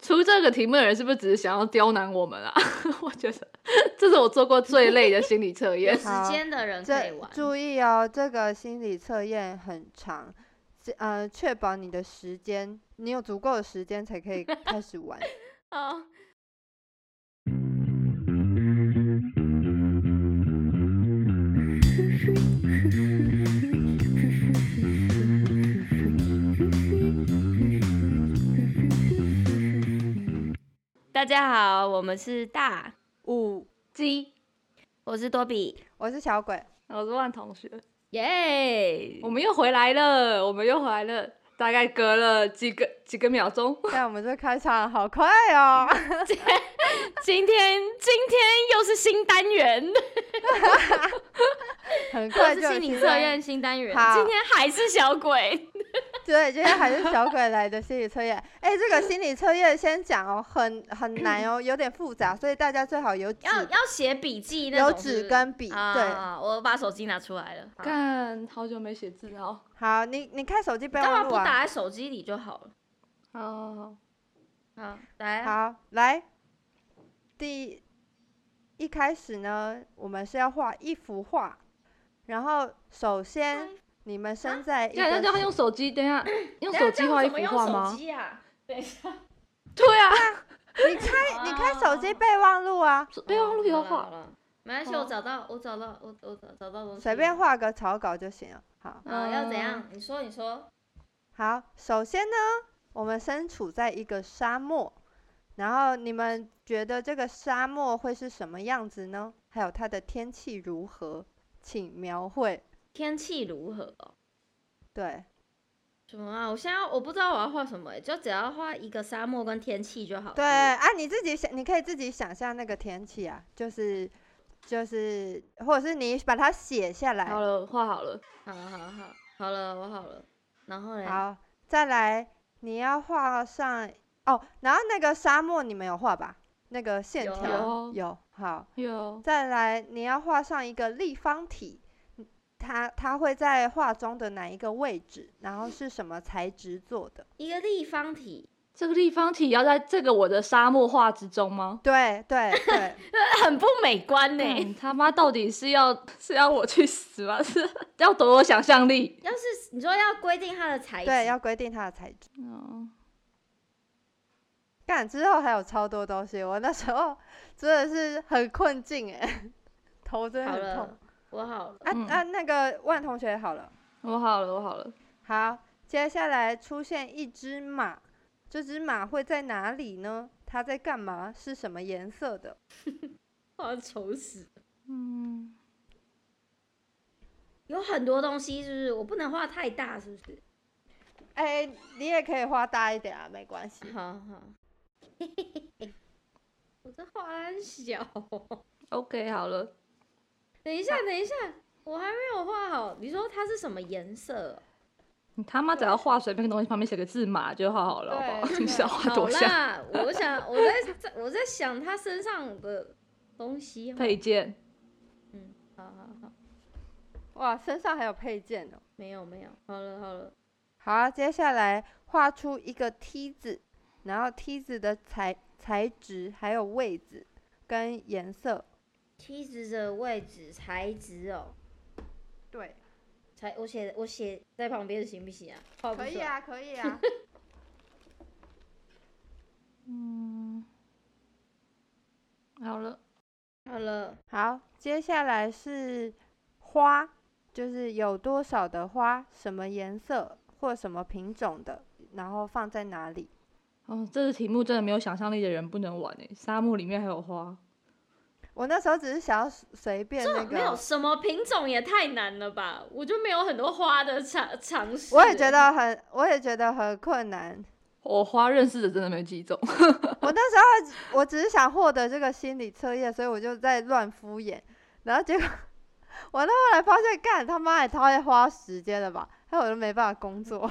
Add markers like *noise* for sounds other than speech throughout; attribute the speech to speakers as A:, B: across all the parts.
A: 这个题目的人是不是只是想要刁难我们啊？ *laughs* 我觉得这是我做过最累的心理测 *laughs*
B: 有
A: 验。
B: 时间的人可以
C: 这
B: 玩。
C: 注意哦，这个心理测验很长，这呃，确保你的时间，你有足够的时间才可以开
B: *laughs*
C: 始玩。
B: 哦，大家好，我们是大，
A: 五鸡，
B: 我是多比，
C: 我是
B: *laughs*
C: 小鬼，
A: 我是万同学，
B: 耶、
A: 我们又回来了，我们又回来了，大概隔了几个几个秒 *laughs* 钟。
C: 但我们这开场好快哦，
B: 今天今天又是新单元， *laughs*
C: 很快
B: 又
C: 就是
B: 心理
C: 有
B: 测
C: 新
B: 验新单元，
C: 好
B: 今天还是小鬼，
C: 对，今天还是小鬼来的心理测验。哎、这个心理测验先讲哦，很很难哦，有点复杂，所以大家最好有纸。
B: 要要写笔记那
C: 有
B: 种是不
C: 纸
B: 是
C: 跟笔
B: 啊，我把手机拿出来了。好
A: 看，好久没写字哦。
C: 好，你你看手机备
B: 干嘛
C: 忘录
B: 不
C: 啊。
B: 打在手机里就好了？
A: 哦，
B: 好，来啊，
C: 好，来，第一开始呢，我们是要画一幅画，然后首
B: 啊
C: 先你们身在一
A: 等一下，等
C: 个
A: 一下
C: 时
A: 用手机，等一 *coughs* 下用
B: 等
A: 手
B: 下这
A: 机
B: 样
A: 画一
B: 怎
A: 幅
B: 么用
A: 画
B: 手
A: 吗？
B: 机啊，等一下，
A: 对啊，
C: 你开你开手机备忘录啊，
A: *laughs* 备忘录
B: 哦
A: 要
B: 好了
A: 画
B: 好。了，没关系，
A: 哦
B: 我找到，我找到，我我找找到东西，
C: 随便。画个草稿就行了。好，
B: 啊，要怎
A: 嗯
B: 样？你说，你说。
C: 好，首先呢，我们身处在一个沙漠，然后你们觉得这个沙漠会是什么样子呢？还有它的天气如何？请描绘。
B: 天气如何、哦？
C: 对，
B: 什么啊？我现在要我不知道我要画什么、欸，就只要画一个沙漠跟天气就好了。
C: 对啊，你自己想，你可以自己想象那个天气啊，就是就是，或者是你把它写下来。
A: 好了，画好了。
B: 好好好，好了，我好了。然后嘞，
C: 好再来，你要画上哦，然后那个沙漠你们有画吧？那个线
B: 有啊
C: 条
A: 有
C: 好，
A: 有
C: 再来你要画上一个立方体，嗯它它会在画中的哪一个位置？然后是什么材质做的？
B: 一个立方体，
A: 这个立方体要在这个我的沙漠画之中吗？
C: 对对
B: *laughs*
C: 对，
B: *laughs* 很不美观呢、
A: 嗯他妈到底是要 *laughs* 是要我去死吗？ *laughs* 是要夺我想象力？
B: *laughs* 要是你说要规定它的材质，
C: 对，要规定它的材质。
A: 嗯，
C: 干之后还有超多东西，我那时候 *laughs* 真的是很困境哎、 *laughs* 头真的
B: 好
C: 很
B: 了
C: 痛。，
B: 我好了。
C: 啊、
A: 嗯
C: 啊，那个万同学好了，
A: 我好了，我好了。
C: 好，接下来出现一只马，这只马会在哪里呢？它在干嘛？是什么颜色的？
B: 我要愁死。
A: 嗯，
B: 有很多东西是不是？我不能画太大，是不是？
C: 哎、你也可以画大一点啊，没关系。
B: 好好。 *laughs* 我这画得很小。哦
A: OK，好了。
B: 等一下，等一下，我还没有画好。你说它是什么颜色？哦
A: 你他妈只要画随便个东西旁边写个字码就好好了，好不好？
C: 对
A: *laughs* 你是要画
B: 好
A: 多像
B: 啦，我想我在在我在想它身上的东西。嗯
A: 配件？
B: 好好好，
C: 哇，身上还有配件哦。
B: 没有没有，好了好了。
C: 好，接下来画出一个梯子，然后梯子的材材质还有位置跟颜色。
B: 梯子的位置材质哦，
C: 对，
B: 材我写我写在旁边行不行啊？画不
C: 可以
B: 出来，
C: 啊，可以啊。
A: 嗯，好了。
B: 好了，
C: *laughs* 好，接下来是花，就是有多少的花，什么颜色或什么品种的，然后放在哪里？
A: 哦，这个题目真的没有想象力的人不能玩诶、欸沙漠里面还有花，
C: 我那时候只是想要随随便那
B: 这哦没有
C: 个，
B: 什么品种也太难了吧？我就没有很多花的尝尝试。
C: 我也觉得很，我也觉得很困难。
A: 我花认识的真的没几种。 *laughs*
C: 我那时候我只是想获得这个心理测验，所以我就在乱敷衍，然后结果 *laughs* 我到后来发现，干他妈也太花时间了吧，害我都没办法工作。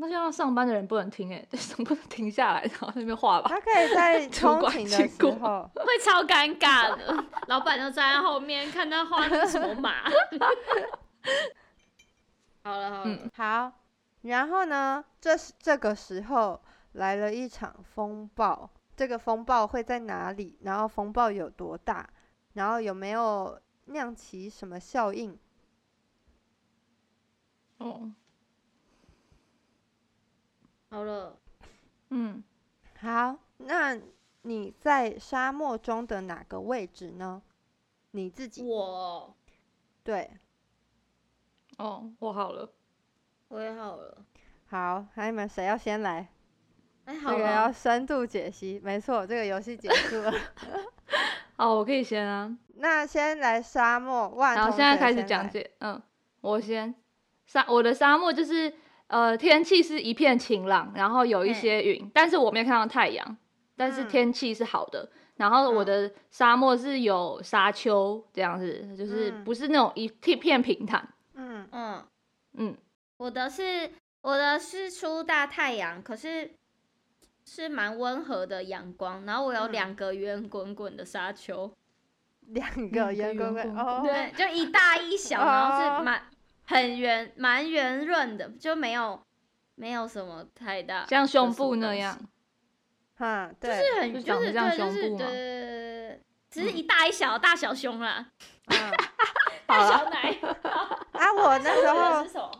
A: 那就让上班的人不能听诶、欸， *laughs* 总不能停下来然后在那边画吧。
C: 他可以在
A: 主
C: 通
A: 管
C: 勤
A: 经
C: 的时
A: 过
C: 候。
B: 会超尴尬的。老板就站在后面看他画那个什么 *laughs* 马。好了好了，
A: 嗯
B: 嗯
C: 好，然后呢，这是这个时候，来了一场风暴，这个风暴会在哪里？然后风暴有多大？然后有没有酿起什么效应？
A: 哦，
B: 好了，
A: 嗯，
C: 好，那你在沙漠中的哪个位置呢？你自己
B: 我
C: 对，
A: 哦，我好了，
B: 我也好了，
C: 好，还有你们谁要先来？
B: 哎，
A: 啊
C: 这
B: 好
C: 个
B: 了
C: 要，深度解析，没错，这个游戏结束
A: *laughs*
C: 了。
A: 哦，我可以先啊。
C: 那先来沙漠，哇，
A: 然后
C: 啊同
A: 现在
C: 学
A: 开始
C: 先
A: 讲
C: 来。
A: 解，嗯，我先沙我的沙漠就是呃天气是一片晴朗，然后有一
B: 嗯
A: 些云，但是我没有看到太阳，但是
C: 嗯
A: 天气是好的。然后我
C: 嗯
A: 的沙漠是有沙丘这样子，就是
C: 嗯
A: 不是那种一一片平坦，
C: 嗯，
B: 嗯，
A: 嗯，
B: 我的是我的是出大太阳，可是是蛮温和的阳光，然后我有
C: 嗯
B: 两个圆滚滚的沙丘，
C: 两
A: 两
C: 个
A: 个
C: 圆
A: 圆
C: 滚滚
A: 滚滚
C: 哦，
B: 对，就一大一
A: *laughs*
B: 小，
C: 哦
B: 然后是蛮很圆蛮圆润的，就没有没有什么太大，
A: 像胸
B: 这是我
A: 部
B: 的
A: 那
B: 东西
A: 样，
C: 哈，
B: 就
C: 嗯对，
B: 是很
A: 就
B: 就
A: 长得
B: 是
A: 像
B: 对就
A: 胸
B: 是
A: 部
B: 对
A: 吗嗯
B: 对对对，只是一大一小大小胸啦， *laughs*
C: 嗯
A: 好
B: 大
A: 了 *laughs*
B: 小奶。
C: 啊，我那时候
B: 是什么？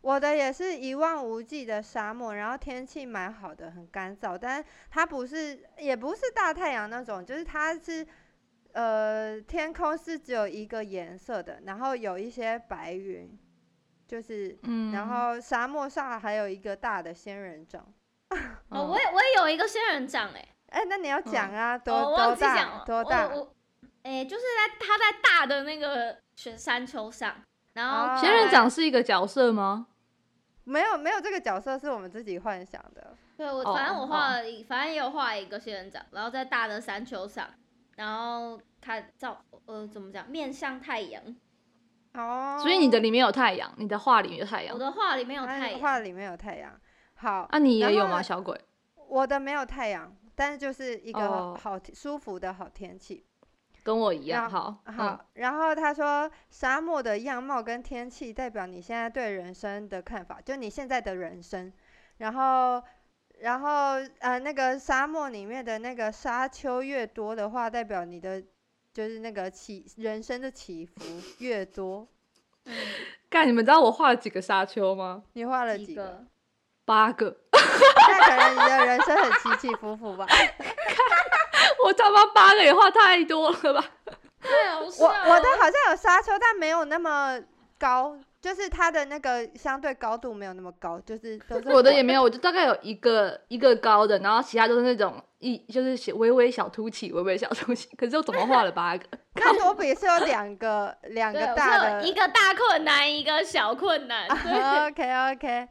C: 我的也是一望无际的沙漠，然后天气蛮好的，很干燥，但是它不是，也不是大太阳那种，就是它是，呃，天空是只有一个颜色的，然后有一些白云，就是，
A: 嗯，
C: 然后沙漠上还有一个大的仙人掌。
B: 哦，
A: 嗯
B: 我也我也有一个仙人掌哎、
C: 哎，那你要讲啊，多、
B: 哦我
C: 多
B: 忘记讲
C: 大
B: 了，
C: 多大
B: 我？我哎、就是在它在大的那个雪山丘上，然后
C: 哦
B: 它
A: 仙人
B: 在
A: 掌是一个角色吗？
C: 没有没有，这个角色是我们自己幻想的。
B: 对我
A: 哦
B: 反正
A: 哦
B: 我画了一，反正有画一个仙人掌，然后在大的山丘上，然后它照呃怎么讲面向太阳，
C: 哦，
A: 所以你的里面有太阳，你的画里面有太阳
B: 我，的画里面有
C: 啊
B: 太
C: 你
B: 阳，
C: 画里面有太阳。好，
A: 啊，你
C: 然
A: 也有
C: 后
A: 吗，小鬼？
C: 我的没有太阳，但是就是一个
A: 哦
C: 好、舒服的好天气。
B: 嗯
A: 跟我一样，
C: 然
A: 好，
C: 好，
A: 嗯，
C: 然后他说，沙漠的样貌跟天气代表你现在对人生的看法，就你现在的人生。然后，然后呃，那个沙漠里面的那个沙丘越多的话，代表你的就是那个起人生的起伏越多。
A: 干，你们知道我画了几个沙丘吗？
C: 你画了
B: 几
C: 几
B: 个？
A: 八个。 *laughs*
C: 那可能你的人生很起起伏伏吧。
A: 我他妈八个也画太多了吧？
B: 太啊好
C: 我
B: 笑哦了！
C: 我的好像有沙丘，但没有那么高，就是它的那个相对高度没有那么高，就是都
B: *laughs*
C: 是
A: *laughs* 我的
C: 缓 *laughs*
A: 也没有，我就大概有一个一个高的，然后其他都是那种一就是小微微小凸起，微微小凸起。可是我总共画了八个，
C: 但是我比是有两
B: *laughs*
C: 个两
B: 对，
C: 个
B: 我
C: 大
B: 是有
C: 的啊
B: 一个大困难，一个小困难，
C: *laughs* o k OK。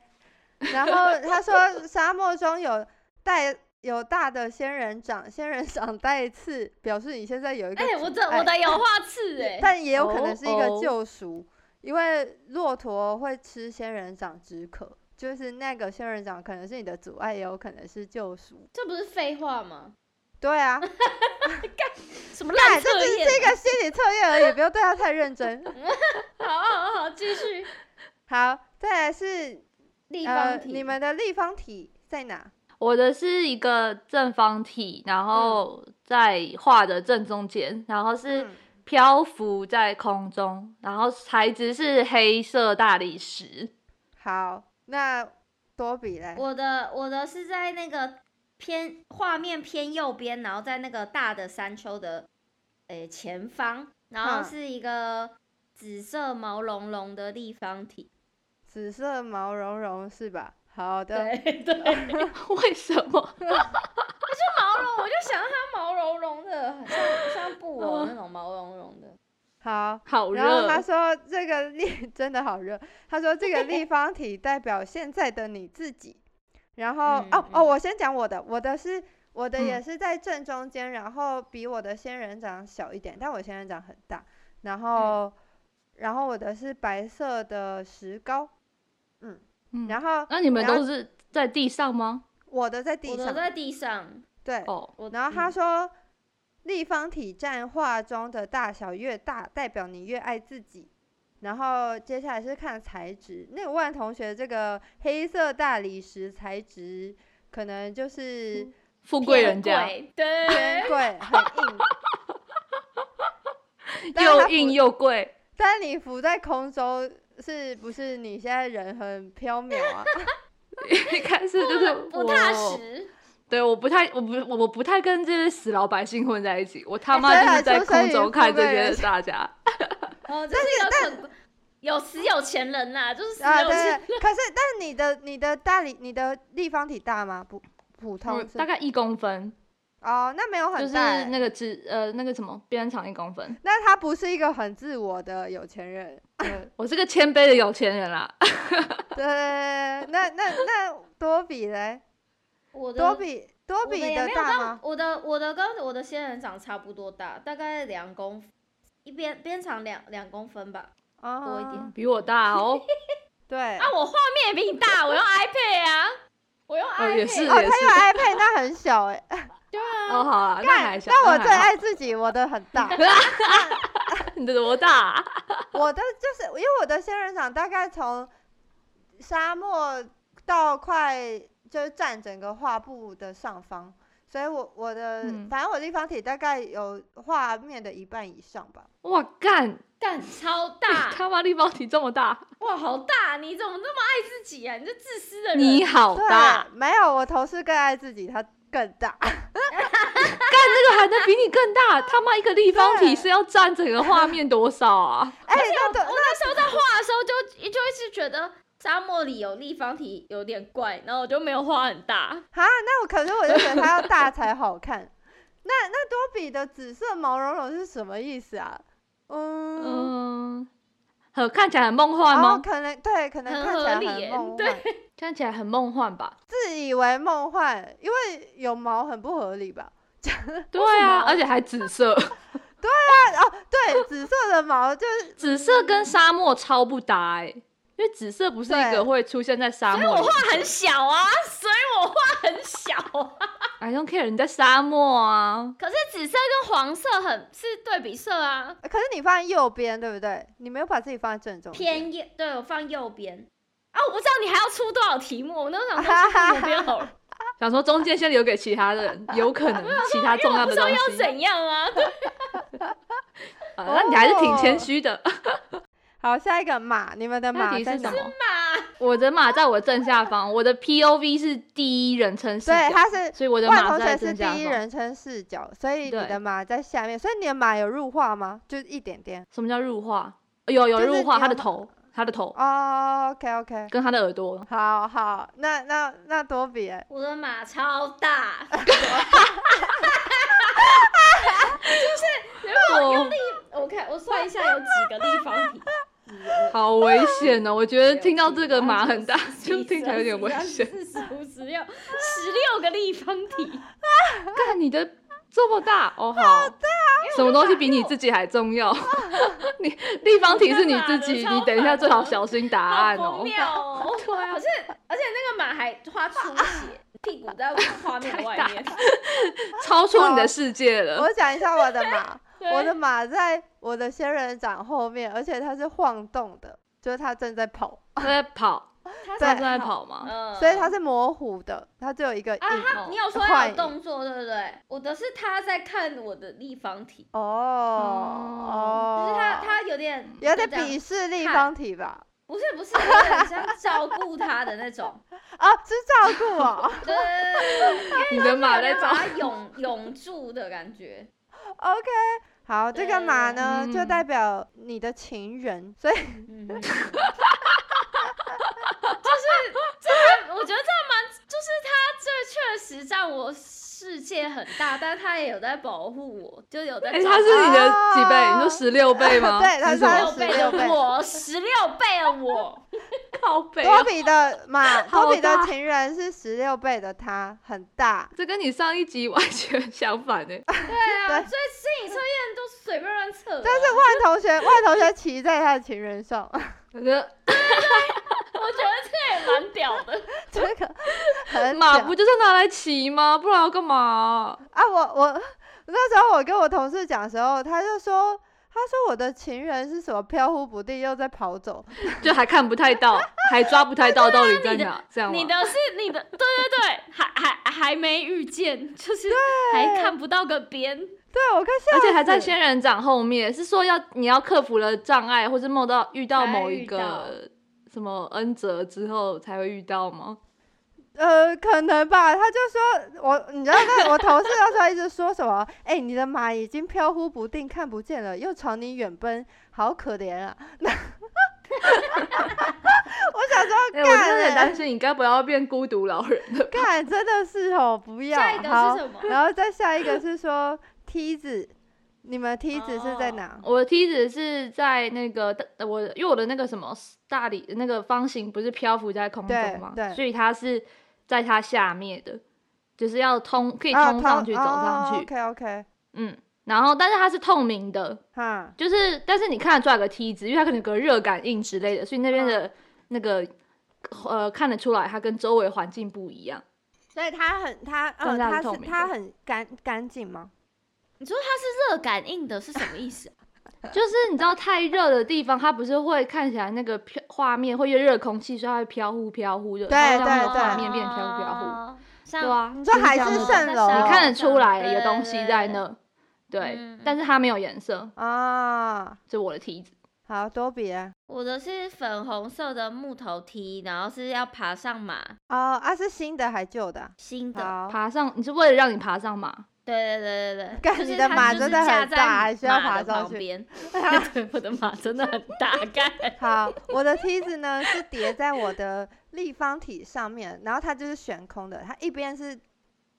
C: 然后他说沙漠中有带有大的仙人掌，仙人掌带刺，表示你现在有一个
B: 哎、
C: 阻碍。
B: 我这我的有画
C: *laughs*
B: 刺哎、
C: 但也有可
A: 哦
C: 能是一个
A: 哦
C: 救赎，因为骆驼会吃仙人掌止渴，就是那个仙人掌可能是你的阻碍，也有可能是救赎。
B: 这不是废话吗？
C: 对啊，
B: 什么
C: 哎，
B: 烂
C: 这
B: 测
C: 只
B: 验
C: 是一？个心理测验而已，不用对他太
B: *laughs*
C: 认真。
B: 好好好，继
C: *laughs*
B: 续。
C: 好，再来是
B: 立
C: 呃
B: 方，体，
C: 你们的立方体在哪？
A: *laughs* 我的是一个正方体，然后在画的正中间，然后是
C: 嗯
A: 漂浮在空中，然后材质是黑色大理石。
C: 好，那多比嘞？
B: 我的我的是在那个偏画面偏右边，然后在那个大的山丘的诶、前方，然后
C: 嗯
B: 是一个紫色毛茸茸的立方体。
C: 紫色毛茸茸是吧？好的，
B: 对 *laughs*
C: *laughs*
B: 对，毛
A: *laughs* 为什么？
B: 茸，我就想到它毛茸茸的，很像像布哦
C: 哦
B: 偶那种毛茸茸的。
C: 好。
A: 好
C: 然后
A: *laughs*
C: 他
A: 热，哦
C: 说这个立 *laughs* 真的好热，他说这个立方体代表现在的你自己。然后、
B: 嗯
C: 哦
B: 嗯
C: 哦，我先讲我的，我的是我的也
A: 嗯
C: 是在正中间，然后比我的仙人掌小一点，但我仙人掌很大。然后、然后我的是白色的石膏，嗯，
A: 嗯
C: 然后
A: 那你们
C: 然后
A: 都是在地上吗？
C: 我的在地
B: 我的
C: 上，
B: 在地上，
C: 对，
A: 哦，
B: 我
C: 然后他
B: 嗯
C: 说，立方体占画中的大小越大，代表你越爱自己。然后接下来是看材质，那个万同学这个黑色大理石材质可能
A: 嗯
C: 就是
A: 富贵人家，
B: 偏贵对，
C: *laughs* 偏贵，很硬，但是它
A: 又
C: 不
A: 硬又贵。
C: 但你浮在空中，是不是你现在人很飘渺啊？
A: *laughs* 一开始就是
B: 不
A: 我
B: 踏。实。
A: 对，我不太，我不，我我不太跟这些死老百姓混在一起。我他
C: 哎
A: 妈
C: 虽
A: 就是
C: 然
A: 在
C: 出
A: 空
C: 生于
A: 中看
C: 富贵
A: 这些
C: 人
A: 大家。
B: 哦，就是有可有死有钱人呐、就是死
C: 啊，
B: 有
C: 对
B: 钱。
C: 对。可是，但你的你的大理你的立方体大吗？不，普通
A: 嗯
C: 是
A: 大概一公分，
C: 哦，那没有
A: 就
C: 很
A: 是
C: 大欸、
A: 那个直呃那个什么边长一公
C: *laughs*
A: 分。
C: 那他不是一个很自我的有钱人。
A: 我是个谦卑的有钱人啦， *laughs*
B: *laughs*
C: 对，那那那多比嘞，
B: 我的
C: 多比多
B: 我的
C: 比
B: 也没有
C: 大
B: 到
C: 吗？
B: 我的我的跟我的仙人掌差不多大，大概两公一边边长两两公分吧。
C: 啊，
B: 多一点。
A: 比我大
C: *laughs*
A: 哦。
C: 对，
B: 啊，我画面也比你大，我用 iPad 啊，我用 iPad、
A: 哦，也是
C: 哦，他
A: 也
C: 有
A: 是。
C: iPad，那很小哎、
B: 对啊，
A: 哦，好啦，那还
C: 干，
A: 小。
C: 那我
A: 还
C: 最
A: 好
C: 爱自己，我的很
B: *laughs*
C: 大，
A: *laughs* 你的多大啊？
C: 我的就是因为我的仙人掌大概从沙漠到快就是占整个画布的上方，所以我我的、
A: 嗯
C: 反正我立方体大概有画面的一半以上吧。
A: 哇干！
B: 干超大，
A: 他妈立方体这么大，
B: 哇，好大！你怎么那么爱自己啊？你这自私的人！
A: 你好大
C: 对，，啊没有我同事更爱自己，他更
B: *laughs*
C: 大。
A: 那个还能比你更大？他妈一个立方体
C: 对
A: 是要占整个画面多少啊？
C: 哎、那
B: 我
C: 都
B: 那时候在画的时候就就一直觉得沙漠里有立方体有点怪，然后我就没有画很大。
C: 啊，那我可是我就觉得它要大才好看。那那多比的紫色毛茸茸是什么意思啊？嗯，
A: 嗯，很看起来很梦幻
C: 然后
A: 吗？
C: 可能对，可能
B: 很
C: 看起
B: 合
C: 来
B: 理耶
C: 很梦
B: 对
C: 幻，
A: 看起来很梦幻吧？
C: 自以为梦幻，因为有毛很不合理吧？
A: 对啊，而且还紫
C: *laughs*
A: 色，
C: 但哦，对，紫色的毛就是
A: 紫色跟沙漠超不搭哎、因为紫色不是一
C: 对
A: 个会出现在沙
B: 所以
A: 漠
B: 我
A: 里
B: 画。很小啊，所以我画很小啊。 *laughs*
A: I don't care，你在沙漠啊，
B: 可是紫色跟黄色很是对比色啊，
C: 可是你放在右边，对不对？你没有把自己放在正中间。
B: 偏右，对我放右边。啊，我不知道你还要出多少题目，我那时候
A: *laughs*
B: 想说出目标好了，
A: 想说中间先留给其他
C: *laughs*
A: 人，有可能其他重要
B: 不
A: 的
B: 知道
A: 东
B: 要
A: 西。
B: 怎样啊。
A: 啊那你还是挺谦虚的。
C: 哦好，下一个马，你们的
A: *laughs* 那
C: 马
A: 题
C: 在
A: 是
C: 哪
A: 什？么？
B: 嘛，
A: 我的马在我正下方，我的 POV 是第一人称视
C: 对，
A: 角，
C: 它是
A: 所以我的
C: 万
A: 马
C: 同
A: 在
C: 学是
A: 正下
C: 第一
A: 方。
C: 人称视角，所以你
A: 对
C: 的马在下面，所以你的马有入画吗？就一点点。
A: 什么叫入画？有有
C: 就是
A: 入画，
C: 你
A: 他的
C: 要
A: 头，他的头
C: 哦，OK OK，
A: 跟他的耳朵。
C: 好好，那那那多比欸
B: *laughs*
C: 耶，
B: 我的马超
A: *laughs*
B: 大，
A: 哦，
B: 我看我算一下有几个立方
A: *laughs*
B: 体。
A: 好危险哦！我觉得听到这个马很大，
B: 十
A: 就听起来有点危险。
B: 四十五、十六、十六个立方体，
A: 看你的这么大哦，好，什么东西比你自己还重要？ *laughs* 你立方体是你自己，
B: 我看到了
A: 你等一下最好小心答
B: 好
A: 案哦
B: 不。妙哦！
A: *laughs* 对啊
B: 可，是而且那个马还画出血，屁股在画面外
A: *laughs*
B: 面。
A: 超出你的世界了。
C: 我讲一下我的马，
B: 对
C: 我的马在我的仙人掌后面，而且它是晃动的，就是它正在跑，
A: 他在跑，
B: 他
A: 他
C: 对
A: 正在跑吗？
B: 嗯
C: 所以它是模糊的，它只有一个影。
B: 啊，他
A: 哦
B: 你有说他
C: 幻
B: 有
C: 影
B: 动作对不对？我的是他在看我的立方体，
C: 哦
B: 就
C: 哦，
B: 是他他有点
C: 有点
B: 就这样
C: 鄙视立
B: 看
C: 方体吧？
B: 不是不是，有点像照顾他的那种。
C: 啊，是照顾哦。
B: 对对对对对，
A: 你的马在
B: 要
A: 找
B: 把它拥拥住的感觉。
C: OK，好， *laughs* 这个马呢
A: 对
C: 就
A: 嗯
C: 代表你的情人，所以
B: 嗯， *laughs* 就是这个，我觉得这个蛮，就是他这确实占我世界很大，但他也有在保护我，就有在
A: 哎，
B: 照
A: 他是你的几倍？
C: 哦
A: 你说十六倍吗？
C: 对它
A: 是
C: 是
A: 什
C: 他
A: 么
B: 顾十六倍的我，十六倍的我，
A: 靠背
C: 多
A: 啊？
C: 比的马，多比的
A: 大
C: 情人是十六倍的他，很大。
A: 这跟你上一集完全相反欸呢。
B: 对啊，所
C: 对
B: 以心理测验都随便乱测啊，
C: 但是万同学，万同学骑在他的情人上，
A: 我觉得
B: 我觉得这也蛮屌
C: *laughs*
B: 的，
C: 这个 *laughs* 很
A: 马
C: 屌
A: 不就是拿来骑吗？不然要干嘛？
C: 啊，我我那时候我跟我同事讲的时候，他就说。他说我的情人是什么飘忽不定，又在跑走。
A: 就还看不太 *laughs* 到，还抓不太到到底在
D: 你的
A: 哪，这
C: 啊
A: 样吗
D: 你的是你的，对对对，还还还没遇见，就是还看不到个边，
C: 对我快笑
A: 而且还在
C: 死
A: 仙人掌后面，是说要你要克服了障碍，或是梦到遇到某一
D: 才遇
A: 个什么恩泽之后才会遇到吗？
C: 呃，可能吧。他就说我，你知道那我同事那时候一直说什么？哎、你的马已经飘忽不定，看不见了，又朝你远奔，好可怜啊！ *laughs* 我想说，
A: 哎、我真
C: 干、
A: 的很
C: 欸
A: 担心，你该不要变孤独老人了吧？
C: *laughs* 干，真的是哦，不要。
D: 下一个
C: 好
D: 是什么
C: 然后再下一个是说 *laughs* 梯子，你们梯子是在哪？
A: 我的梯子是在那个大我因为我的那个什么大理那个方形不是漂浮在空
C: 对
A: 中吗
C: 对？
A: 所以它是在它下面的，就是要通可以
C: 啊
A: 通上去、走上去，
C: 哦 OK OK，
A: 嗯。然后，但是它是透明的，
C: 哈，
A: 就是但是你看得出来有个梯子，因为它可能有个热感应之类的，所以那边
C: 嗯
A: 的那个呃看得出来它跟周围环境不一样。
C: 所以它很它嗯，
A: 但是它是
C: 它
A: 透
C: 是
A: 明的
C: 它很干干净吗？
D: 你说它是热感应的是什么意思、啊？
A: 就是你知道太热的地方，它不是会看起来那个飘画面会越热空气，所以它会飘忽飘忽的，
C: 对
A: 然哦后让那
C: 对
A: 个
C: 对
A: 画面变飘忽飘忽。
D: 哦，
A: 对
D: 像
A: 啊，
C: 你说
A: 就是
C: 海
A: 这样
C: 市
A: 吗
C: 蜃楼
A: 你
C: 哦
A: 看得出来
D: 对
A: 有东西在
D: 对
A: 那，对，
D: 嗯
A: 但是它没有颜色，
C: 啊，
A: 这是我的梯子。
C: 好多比啊，
B: 我的是粉红色的木头梯，然后是要爬上马，
C: 哦啊是新的还旧的啊？
B: 新的，
C: 好，
A: 爬上，你是为了让你爬上马？
B: 对对对
C: *laughs*
B: 对对，
C: 干
B: 就是
C: 你的
B: 它
C: 马
B: 就
C: 真
B: 是
C: 的很
B: 架在
C: 大还需要
B: 马的
C: 爬
B: 旁
C: 上去 *laughs* 啊
B: 边
D: *laughs* 对我的马真的很大，干 *laughs*
C: 好，我的梯子呢是叠在我的立方体上面，然后它就是悬空的，它一边是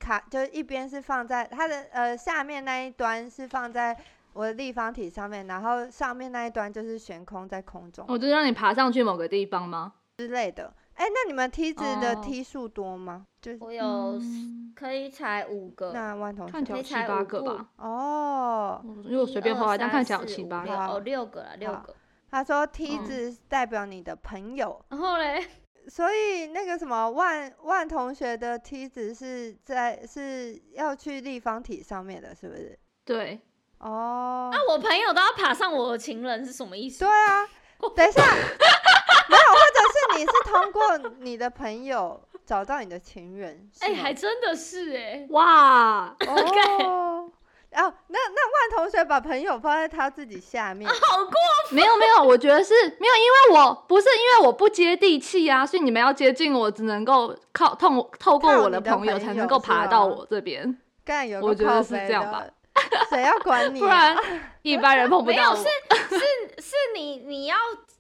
C: 卡，就是一边是放在它的呃下面那一端是放在我的立方体上面，然后上面那一端就是悬空在空中
A: 我就让你爬上去某个地方吗？
C: 之类的。哎、那你们梯子的
A: 哦
C: 梯数多吗？就是
B: 我有
A: 嗯
B: 可以踩五个，
C: 那万同
A: 看嗯
C: 学
A: 起来有七
B: 可以踩
A: 八
B: 五
A: 个
B: 步
A: 吧。
C: 哦，
A: 我如果随便
B: 一
A: 画，
B: 二
A: 但
B: 三
A: 看起来有
B: 四
A: 七
B: 五
A: 八
B: 六
A: 个。
C: 好啊
B: 哦六个啦，六
C: 好
B: 个，
C: 他说梯
A: 嗯
C: 子代表你的朋友，
D: 然后嘞， *laughs*
C: 所以那个什么万万同学的梯子是在是要去立方体上面的，是不是？
A: 对，
C: 哦，
D: 那啊我朋友都要爬上我的情人是什么意思
C: 对？
D: *laughs*
C: 啊，等一下，没有，或者是你是通过你的朋友找到你的情人，是哦
D: 哎、
C: 吗
D: 还真的是哎、
A: 哇，
C: 哦。哦，那那万同学把朋友放在他自己下面，
D: 好过
A: 没有没有，我觉得是没有，因为我不是因为我不接地气啊，所以你们要接近我，只能够靠透透过
C: 靠
A: 我
C: 你
A: 的
C: 的
A: 朋友
C: 朋
A: 才
C: 友
A: 能够
C: 是
A: 爬到
C: 吗
A: 我这
C: *laughs*
A: 边，
C: 干有
A: 我
C: 个
A: 觉
C: 靠
A: 得是
C: 背
A: 这样
C: 的，谁要管
D: *laughs*
C: 你啊？
A: 不然一般人碰不
D: 没
A: 到
D: 有
A: 我。
D: 是是是你你要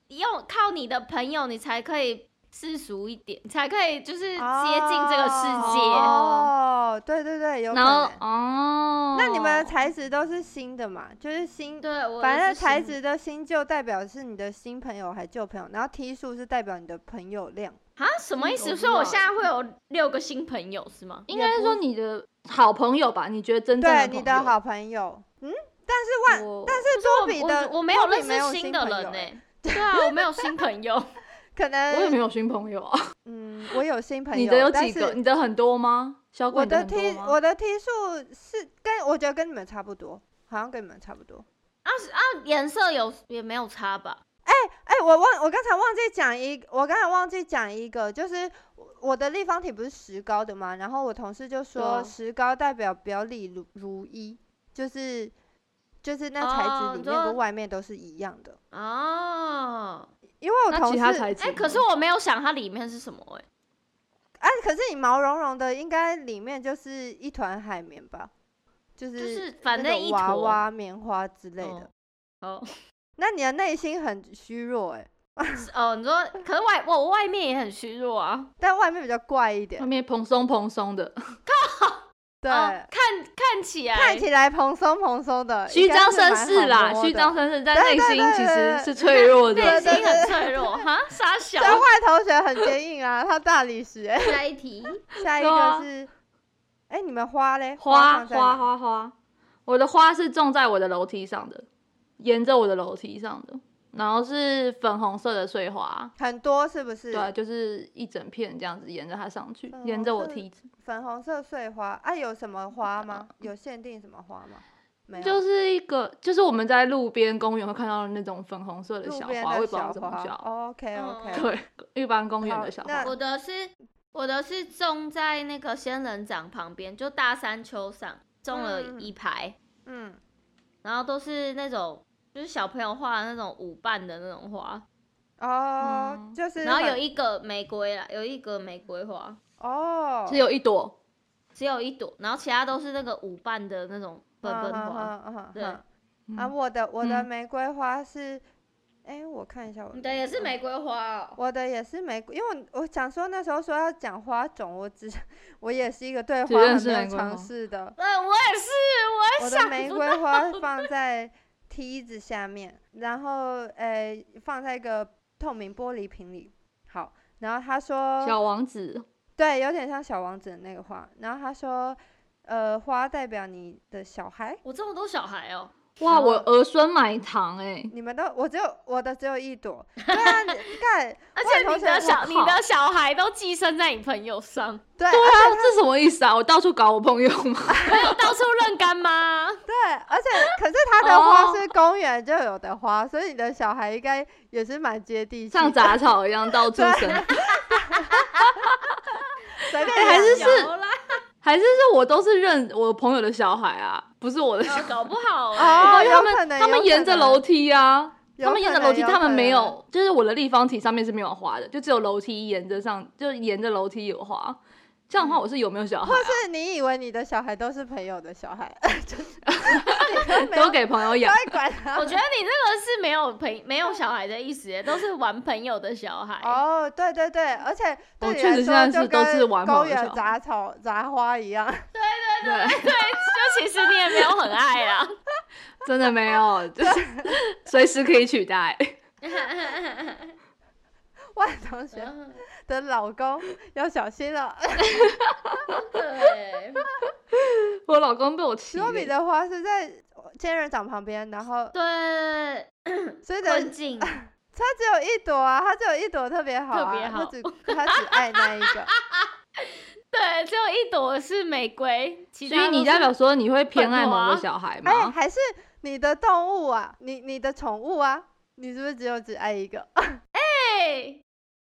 D: 用靠你的朋友，你才可以世俗一点，才可以就是接近这个世界。
C: 啊哦，对对对，有可
A: 然后
C: 能。
A: 哦，
C: 那你们的材质都是新的嘛？就是新，
D: 对，我
C: 反正
D: 的是
C: 材
D: 新
C: 质的新旧代表是你的新朋友还旧朋友，然后梯数是代表你的朋友量。
D: 啊什么意思？
A: 我不
D: 所以我
A: 知道
D: 现在会有六个新朋友是吗？
A: 应该是说你的好朋友吧？你觉得真正
C: 对，
A: 的
C: 你
A: 嗯朋
C: 的
A: 友
C: 好朋友，嗯，但是万，
A: 我
C: 但
D: 可
C: 是
D: 是
C: 多
D: 我
C: 比
D: 我
C: 的
D: 我没有
C: 多比
D: 认识
C: 没有
D: 新
C: 新
D: 的
C: 朋
D: 人
C: 友
D: 呢、
C: 欸
D: *laughs* 对啊，我没有新朋友， *laughs*
C: 可
A: 我也没
C: 能，
A: 有新朋友啊。
C: 嗯，我有新朋友，
A: 你的有
C: 但
A: 几
C: 是
A: 个？你的很多吗？小鬼
C: 我
A: 你的很
C: 的
A: 多
C: 梯，
A: 吗？
C: 我的梯数是跟我觉得跟你们差不多，好像跟你们差不多。
D: 啊是啊，颜色有也没有差吧？
C: 哎、我忘，我刚才忘记讲一，我刚才忘记讲一个，就是我我的立方体不是石膏的嘛，然后我同事就说
A: 啊
C: 石膏代表表里如如一，就是就是那材
D: 哦
C: 质
D: 你
C: 里面
D: 说
C: 跟外面都是一样的。
D: 哦，
C: 因为我
A: 那
C: 同
A: 其
C: 事
A: 他材质
D: 哎、
A: 呢？
D: 可是我没有想它里面是什么哎、
C: 哎、可是你毛茸茸的，应该里面就是一团海绵吧，就是
D: 就是反
C: 那
D: 正
C: 种
D: 一
C: 娃
D: 坨
C: 娃、棉花之类的。
D: 哦
C: 那你的内心很虚弱哎、
D: 是 *laughs* 哦，你说，可是外我外面也很虚弱啊。
C: 但外面比较怪一点
A: 外，面蓬松蓬松的，
C: 对，
D: 哦看看起来，
C: 看起来蓬松蓬松的，
A: 虚
C: 应该
A: 张
C: 是
A: 声
C: 蛮
A: 势
C: 好
A: 啦，
C: 摸
A: 虚
C: 的
A: 张声势，但内
C: 对对
A: 心
C: 对
A: 其
C: 对
A: 实是脆弱
D: 内
A: 的。
D: 心很脆弱哈，傻小
C: 这。坏同学很坚硬啊，他大理
A: *laughs*
C: 石、欸。
B: 下
D: *laughs*
B: 一题，
C: 下一
A: 对
C: 个
A: 啊
C: 是，哎、你们花嘞？
A: 花
C: 放在哪
A: 花，花花，我的花是种在我的楼梯上的，沿着我的楼梯上的，然后是粉红色的碎花，
C: 很多是不是？
A: 对啊，就是一整片这样子沿着它上去
C: 粉，
A: 沿着
C: 红
A: 我
C: 色
A: 梯子。
C: 粉红色碎花啊，有什么花吗？有限定什么花吗？没有，
A: 就是一个，就是我们在路边公园会看到那种粉红色的
C: 路
A: 小
C: 边
A: 花，我
C: 的
A: 也不知道
C: 小
A: 怎么
C: 花。哦
A: 叫。
C: OK OK，、
B: 嗯
A: 对，一般公园的小花
C: 好。那
B: 我的是我的是种在那个仙人掌旁边，就大山丘上种了
C: 嗯
B: 一排，
C: 嗯，
B: 然后都是那种就是小朋友画的那种舞伴的那种花，
C: 哦、
A: 嗯
C: 就是很，
B: 然后有一个玫瑰啦，有一个玫瑰花，
C: 哦，
A: 只有一朵，
B: 只有一朵，然后其他都是那个舞伴的那种
C: 嗯
B: 笨笨
C: 嗯
B: 花。
C: 嗯嗯
B: 对
C: 嗯
A: 嗯
C: 啊，我的我的
A: 嗯
C: 玫瑰花是，哎、我看一下我嗯
B: 你的也是
C: 花
B: 玫瑰花哦，
C: 我的也是玫瑰，因为我我想说那时候说要讲花种，我只我也是一个对
A: 只
C: 花
A: 认
C: 很
A: 识
C: 没有
A: 玫瑰哎
C: 尝
A: 花
C: 试的。
B: 呃，我也是，我
C: 我
B: 也
C: 的
B: 想
C: 玫
B: 不
C: 瑰
B: 到
C: 花放在梯子下面，然后诶、放在一个透明玻璃瓶里。好，然后他说，
A: 小王子，
C: 对，有点像小王子的那个花。然后他说，呃，花代表你的小孩。
B: 我这么多小孩哦，
A: 哇，
C: 然后
A: 我儿孙买糖哎，
C: 你们都，我只有我的只有一朵， *laughs* 对啊，你看，
B: 而
C: 我很
B: 且
C: 同
B: 你
C: 学
B: 的
C: 我
B: 小你
A: 靠
B: 的小孩都寄生在你朋友上，
A: *laughs*
C: 对，
A: 对啊， *laughs* 这什么意思啊？我到处搞我朋友吗？ *laughs*
B: 没有到处认干
C: *laughs*
B: 妈。
C: 对，而且可是它的花
A: 哦
C: 是公园就有的花，所以你的小孩应该也是蛮接地气
A: 像
C: 的，
A: 杂草一样到处生，
C: 啊
B: *laughs*
C: 随便
A: 哎还是
C: 养
A: 是
B: 啊有啦，
A: 还是是我都是认我朋友的小孩啊，不是我的小孩。
B: 搞不
C: *laughs*
B: 好哎、
C: 哦，
A: 因为
C: 有
A: 他
C: 可
A: 们
C: 能
A: 他们沿着楼，梯啊，
C: 有
A: 他们沿着
C: 可能
A: 楼梯，
C: 有
A: 他们
C: 可
A: 没
C: 能
A: 有，就是我的立方体上面是没有花的，就只有楼梯沿着上，就沿着楼梯有花。这样的话，我是有没有小孩、
C: 或
A: 啊？
C: 是你以为你的小孩都是朋友的小孩，就是你没有
A: 都给朋友
C: *laughs* 不
A: 养，
C: 会管他
B: 我。觉得你那个是没有朋没有小孩的意思耶，都是玩朋友的小孩。
C: 哦，对对对，而且对
A: 我
C: 你
A: 确
C: 来
A: 实现
C: 说
A: 在
C: 就是
A: 都是
C: 跟
A: 玩
C: 公
A: 朋友的
C: 园
A: 小
C: 杂草杂花一样， *laughs*
A: 对，
B: 就其实你也没有很爱啦。
A: 真的没有，就是随时可以取代。
C: 万同学
A: 嗯
C: 的老公要小心了。
B: 对
A: 我老公被我气
C: 糯米
A: 了，
C: 的花是在仙人掌旁边，然后
B: 对，
C: 所以的
B: 困境。
C: 它只有一朵啊，它只有一朵特别好、啊，
B: 特别好
C: 它只它只爱那一个。
B: 对，只有一朵是玫瑰，其
A: 所
B: 他
A: 以
B: 都
A: 你
B: 是
A: 代表说你会偏爱某
B: 粉
A: 个
B: 花
A: 小孩吗？
C: 哎，还是你的动物啊，你你的宠物啊，你是不是只有只爱一个？
B: 对，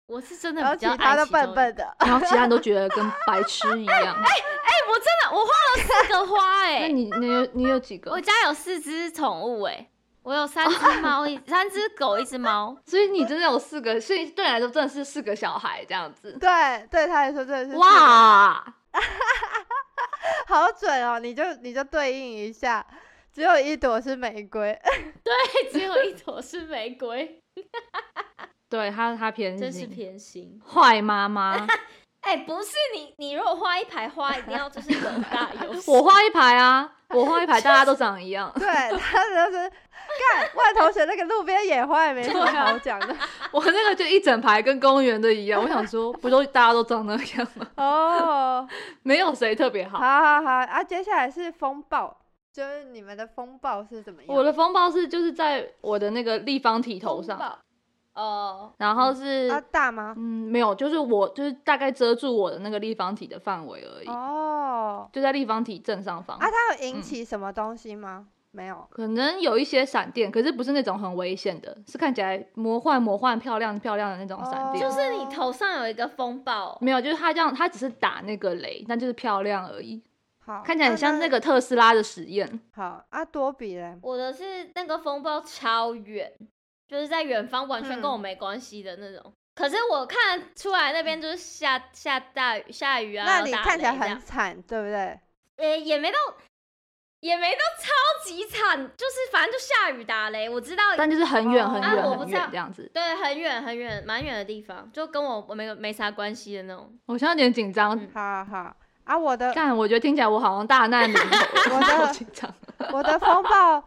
B: 我是真的
C: *laughs* 然后
B: 比
C: 其
B: 较爱
C: 他都
B: 其中
C: 笨笨的。 *laughs*
A: 然后其他人都觉得跟白痴一样。
B: 哎、我真的我花了四个花哎、
A: 那你你有你有几个
B: 我？家有四只宠物哎、我有三只猫，一三只狗，一只猫。
A: 所以你真的有四个，所以对你来说真的是四个小孩这样子。
C: 对，对他来说真的是
A: 哇，
C: 好准哦！你就你就对应一下，只有一朵是玫瑰， *laughs*
B: 对，只有一朵是玫瑰，
A: 对他他偏心，
B: 真是偏心。
A: 坏妈妈。
B: 哎、不是你，你如果花一排花，一定要就是有大有小。
A: 我画一排啊，我画一排，大家都长一样。
C: 对，他就是干万同学那个路边野花也没什么
A: 对啊
C: 好
A: *laughs*
C: 讲的
A: 我那个就一整排跟公园的一样，我想说，不都大家都长那样吗？
C: 哦。
A: 没有谁特别好。
C: 好好好啊，接下来是风暴，就是你们的风暴是怎么样？
A: 我的风暴是就是在我的那个立方体头上，
B: 哦，
A: 然后是
C: 啊大吗？
A: 嗯没有，就是我就是大概遮住我的那个立方体的范围而已，
C: 哦，
A: 就在立方体正上方。
C: 啊，它有引
A: 嗯
C: 起什么东西吗？没有。
A: 可能有一些闪电，可是不是那种很危险的，是看起来魔幻魔幻、漂亮漂亮的那种闪电。
B: 就
C: 哦
B: 是你头上有一个风暴，
A: 没有，就是它这样，它只是打那个雷，但就是漂亮而已，
C: 好，
A: 看起来很像那
C: 个。
A: 个特斯拉的实验。
C: 好啊，多比嘞。
B: 我的是那个风暴超远，就是在远方完全跟
C: 嗯
B: 我没关系的那种。可是我看出来那边就是下下大雨下雨啊，
C: 那你
B: 打
C: 看起来
B: 雷这样
C: 很惨，对不对？
B: 呃，也没到，也没到超级惨，就是反正就下雨打雷，我知道，
A: 但就是很远
C: 哦
A: 很
C: 啊我
A: 远
B: 不
A: 很
B: 知道
A: 远这样子。
B: 对，很远很远，蛮远的地方，就跟我我没有没啥关系的那种。
A: 我现在有点紧张，
B: 嗯
C: 好好啊，我的
A: 干，我觉得听起来我好像大难临头，
C: 我的
A: 好紧张。
C: 我的风
A: *laughs*
C: 暴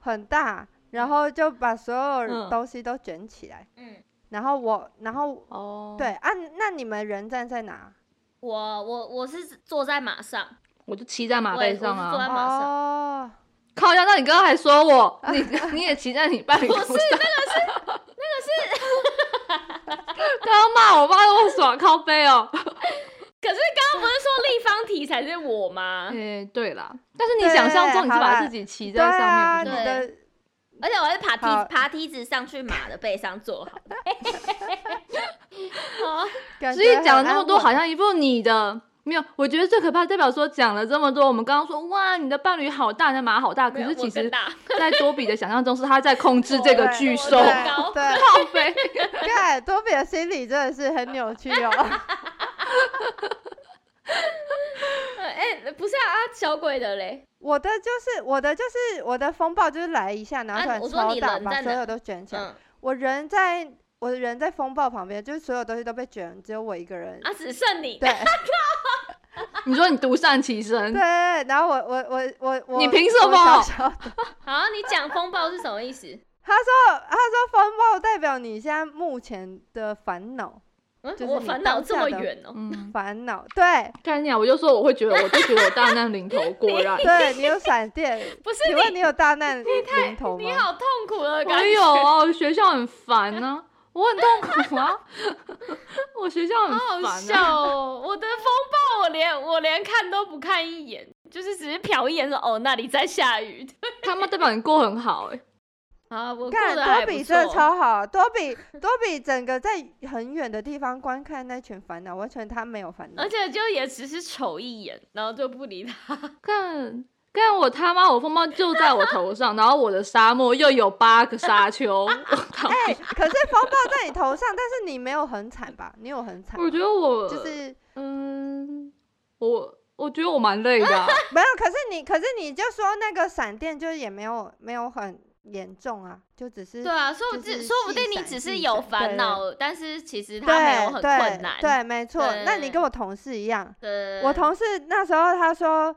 C: 很大，然后就把所有
A: 嗯
C: 东西都卷起来，
B: 嗯，
C: 然后我，然后
A: 哦，
C: 对，啊，那你们人站在哪？
B: 我我我是坐在马上，
A: 我就骑在马
B: 我也
A: 背上
B: 我是坐在
A: 啊，
B: 马上，
C: 哦，
A: 靠腰。那你刚刚还说我，你你也骑在你伴侣头上。不是那个是 *laughs* 那个是，刚刚骂我骂得我爽靠背哦。
B: 可是刚刚不是说立方体才是我
A: *laughs*
B: 吗？
A: 诶，对啦，但是你想象中你是
C: 对好啦
A: 把自己骑
C: 对
A: 在上
C: 啊，
A: 面，
C: 你
A: 不
E: 对
A: 是吗
C: 的
E: 而且我是爬
C: 好
E: 梯爬梯子上去马的背上坐好。
B: 哦，
C: 感
A: 所
C: 觉
A: 以讲了
C: 很
A: 那么
C: 安
A: 多，
C: 稳
A: 好像一副你的没有。我觉得最可怕，代表说讲了这么多，我们刚刚说哇，你的伴侣好大，你的马好大，可
B: 没有
A: 是其
B: 我更
A: 实，
B: 大
A: 在多比的想象中是他在控制这个
C: 对
A: 巨
B: 我
A: 兽 *laughs*
B: 懂，
C: 对
B: 高
C: 对，
A: 靠
C: *laughs*
A: 背。
C: 看多比的心理真的是很扭曲哦。
A: *laughs*
B: 呃哎、不是啊，啊小鬼的嘞，
C: 我的就是我的就是我的风暴就是来一下，然后
E: 啊我
C: 突
E: 说
C: 然
E: 你
C: 超大，
E: 人
C: 把
E: 在
C: 所
E: 哪
C: 有都卷起来。
B: 啊
E: 嗯，
C: 我人在我的人在风暴旁边，就是所有东西都被卷，只有我一个人。
B: 啊，只剩你，
E: *laughs*
C: 对
A: 你说你独善其身
C: 对，，然后我我我我我，
A: 你凭
C: 我
A: 什么
C: 小小的
B: 好，你讲风暴是什么意思？
C: 他说他说风暴代表你现在目前的烦恼
B: 嗯，
C: 就是
B: 我
C: 你
B: 烦恼
C: 当
B: 这
C: 下
B: 么
C: 的
B: 远哦、
A: 嗯，
C: 烦恼，对
A: 概念，啊我就说我会觉得，我就觉得我大难临头，果然
C: 对，你有闪
E: *laughs*
C: 电。
B: 不是
C: 请问
B: 你，
C: 你有大难临头
B: 你
C: 吗？
B: 好痛苦的感
A: 我
B: 觉，
A: 有
B: *laughs*
A: 哦，学校很烦呢、我很痛苦啊， *laughs* 我学校很
B: 好好
A: 烦、啊。
B: 笑哦！我的风暴，我连我连看都不看一眼，就是只是瞟一眼说哦，那里在下雨。
A: 他们代表你过很好哎、
B: 啊，我过
C: 看
B: 得还
C: 多
B: 不
C: 比真的
B: 错。
C: 超好，多
B: *laughs*
C: 比多比整个在很远的地方观看那群烦恼，完全他没有烦恼
B: 而。且就也只是瞅一眼，然后就不理他。
A: 干干我他妈，我风暴就在我头上，然后我的沙漠又有八个沙丘，我靠！
C: 哎、可是风暴在你头上，但是你没有很惨吧？你有很惨吗？
A: 我觉得我
C: 就是
A: 嗯，我我觉得我蛮累的啊、
C: 没有，可是你，可是你就说那个闪电就是也没有没有很严重啊，就只是
B: 对啊，说不
C: 就
B: 定
C: 是
B: 说不定
C: 细
B: 你
C: 闪
B: 只
C: 细
B: 是
C: 闪
B: 有
C: 对
B: 烦
C: 对
B: 恼，但是其实他没有
C: 对
B: 很
C: 对
B: 困难。
C: 对，没错
B: 对。
C: 那你跟我同事一样，
B: 对
C: 我同事那时候他说，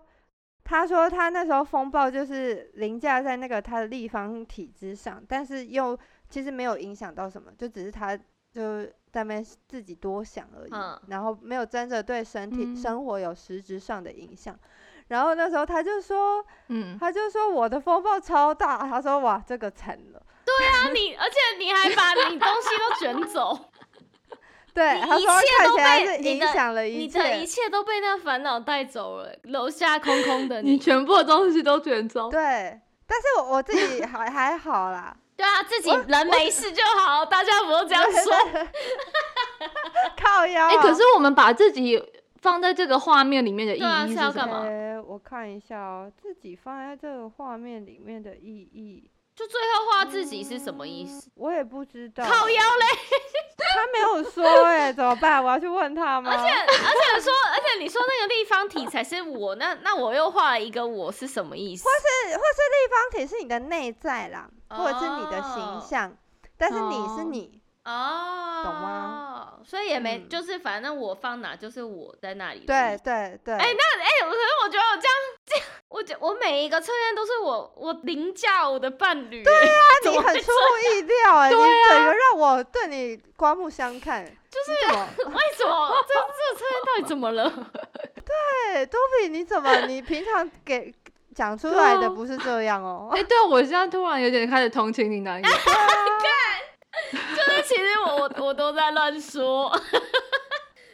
C: 他说他那时候风暴就是凌驾在那个他的立方体之上，但是又其实没有影响到什么，就只是他就在那边自己多想而已，
B: 嗯
C: 然后没有真的对身体、
A: 嗯
C: 生活有实质上的影响。然后那时候他就说，
A: 嗯，
C: 他就说我的风暴超大，他说哇这个惨了，
B: 啊，你而且你还把你东西都卷
C: *laughs*
B: 走，
C: 对，
B: 你
C: 他
B: 一
C: 说
B: 切
C: 看
B: 都
C: 起来
B: 被
C: 是
B: 你
C: 影
B: 的
C: 响了
B: 你
C: 一
B: 的一
C: 切，
B: 切都被那烦恼带走了，楼下空空
C: *laughs*
B: 的
A: 你
B: 你。
A: 全部的东西都卷走，
C: 对，但是我我自己还还
B: *laughs*
C: 好啦。
B: 对啊，自己人没事就好，大家不要这样说。
C: *laughs* 靠腰、啊。
A: 哎、可是我们把自己放在这个画面里面的意义
B: 对啊
A: 是
B: 是要
A: 什
B: 干嘛
A: 么？
C: 呃我看一下哦，自己放在这个画面里面的意义，
B: 就最后画自己是什么意思？
C: 我也不知道。
B: 靠腰嘞！
C: 他没有说哎、怎么办？我要去问他吗？
B: 而且而且说，而且你说那个立方体才是我，那那我又画了一个我是什么意思？
C: 是，或是立方体是你的内在啦，或者是你的
B: 哦
C: 形象，但是你是
A: 哦
C: 你，
B: 哦，
C: 懂吗？
B: 所以也没，
C: 嗯
B: 就是反正我放哪就是我在那里。
C: 对。对对。
B: 哎、那哎、可是我觉得我这样 *laughs* 这样，我觉我每一个测验都是我我凌驾我的伴侣。对啊，
C: 那
B: 怎
C: 你
B: 么
C: 很
B: 会
C: 出乎意料哎、你
B: 啊
C: 整个让我对你刮目相看。
B: *laughs*
C: 就是
B: *laughs* 为什么？这这个测验到底怎么
C: *laughs*
B: 了？
C: 对，多比，你怎么你平常给讲出来的
A: 对啊
C: 不是这样哦、 *laughs*
A: 哎、对我现在突然有点开始同情你男友，
C: 对啊
B: 就是其实我我我都在乱说。 *laughs*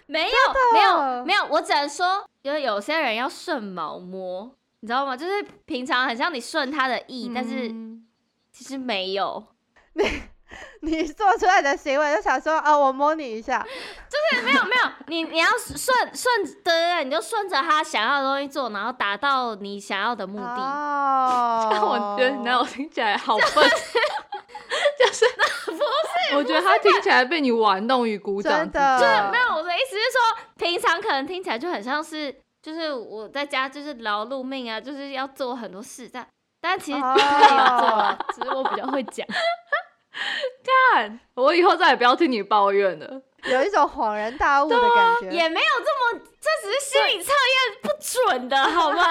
B: 没有
C: 的
B: 没有没有，我只能说，就是有些人要顺毛摸，你知道吗？就是平常很像你顺他的意，但是
A: 嗯
B: 其实没有。
C: 你做出来的行为，就想说啊，我摸你一下，
B: 没有没有，你你要顺顺对对对，你就顺着他想要的东西做，然后达到你想要的目的。
C: *laughs* 哦
A: 但我觉得你男友听起来好笨， *laughs* 就是不是？我觉得他听起来被你玩弄于鼓掌
C: 真
A: 之中。
C: 的
B: 没有，我的意思是说，平常可能听起来就很像是，就是我在家就是劳碌命啊，就是要做很多事，但但其实
C: 哦
B: 可以做啊，只是我比较会讲。
A: 看，我以后再也不要听你抱怨了。
C: 有一种恍然大悟的感觉。
B: 也没有这么，这只是心理测验不准的好
C: *laughs*
B: 吗？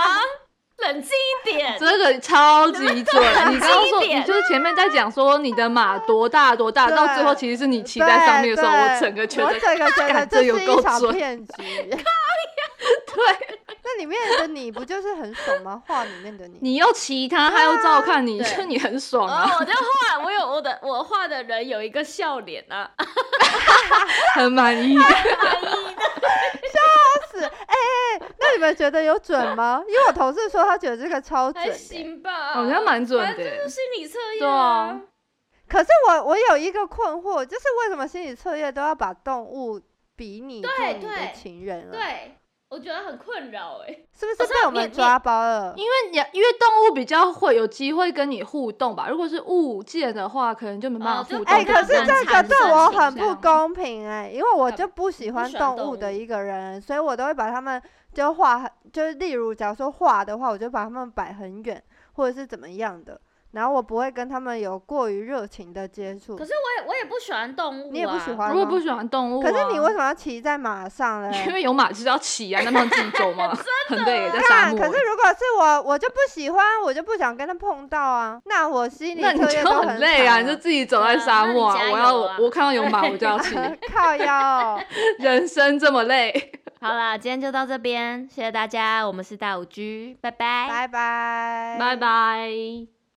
B: 冷静一点，
A: 这个超级准！
C: *laughs*
A: 你刚刚说，
B: 一点
A: 你就是前面在讲说你的马多大多大，
C: 啊对
A: 到最后其实是你骑啊在上面的时候，
C: 对
A: 我
C: 对
A: 整个觉
C: 我
A: 得
C: 整个觉得
A: 干
C: 这
A: 这
C: 是
A: 有
C: 一
A: 够
C: 场
A: 准
C: 骗局。
A: *laughs* 对，
C: 那里面的你不就是很爽吗？画里面的你，
A: 你又骑它，它又照看你，
B: 对
A: 就你很爽
B: 然
C: 哦
B: 后
A: 啊，
B: 哦我就画，我有我的我画的人有一个笑脸啊，
C: 啊
A: 很满意。
C: 笑死！哎你们觉得有准吗？因为我同事说他觉得这个超准
D: 还
C: 的。
D: 行吧，
A: 哦好像蛮准的
D: 反正就是心理测
A: 对
D: 验
A: 啊
D: 啊，
C: 可是我我有一个困惑，就是为什么心理测验都要把动物比拟做
D: 对
C: 你的
D: 对
C: 情人了？
D: 对，我觉得很困扰哎、
C: 是不
A: 我
C: 是
A: 知
C: 被
A: 道
C: 我们
A: 啊你
C: 抓包了？
A: 因为你因为动物比较会有机会跟你互动吧，如果是物件的话，可能就没办
D: 哦
A: 法
D: 就
A: 互动。
C: 哎、
D: 动
C: 可
D: 物
C: 是
D: 很
C: 这个
D: 产
C: 对
D: 生
C: 我
D: 倾
C: 很不
D: 向
C: 公平哎、因为我
A: 呃
C: 就不喜
B: 不
C: 欢
B: 喜欢
C: 动物
B: 动
C: 的
B: 物
C: 一个人，所以我都会把他们就画，就是例如假如说画的话，我就把他们摆很远，或者是怎么样的，然后我不会跟他们有过于热情的接触
B: 可。是我也我也不喜欢动物、啊，
C: 你也不喜欢
A: 如果
C: 吗
A: 不喜欢动物、啊，
C: 可是你为什么要骑在马上嘞？
A: *laughs* 因为有马就是要骑啊，那么自己走
C: *laughs*
A: 吗？很累，在啊沙
C: 看，
A: 漠
C: 啊可。是如果是我，我就不喜欢，我就不想跟他碰到啊。那我心里
A: 那你
C: 测验
A: 就
C: 都
A: 很累啊，
C: 啊，
A: 你就自己走在沙漠啊！
B: 对啊
A: 我
B: 那你加
A: 要
B: 油啊
A: 我看到有马我就要
B: *laughs*
A: 骑，
C: *laughs* 靠
A: *laughs*
C: 腰。
A: 人生这么累。
D: 好啦，今天就到这边，谢谢大家，我们是大五 G，拜拜
C: 拜拜，
A: 拜拜。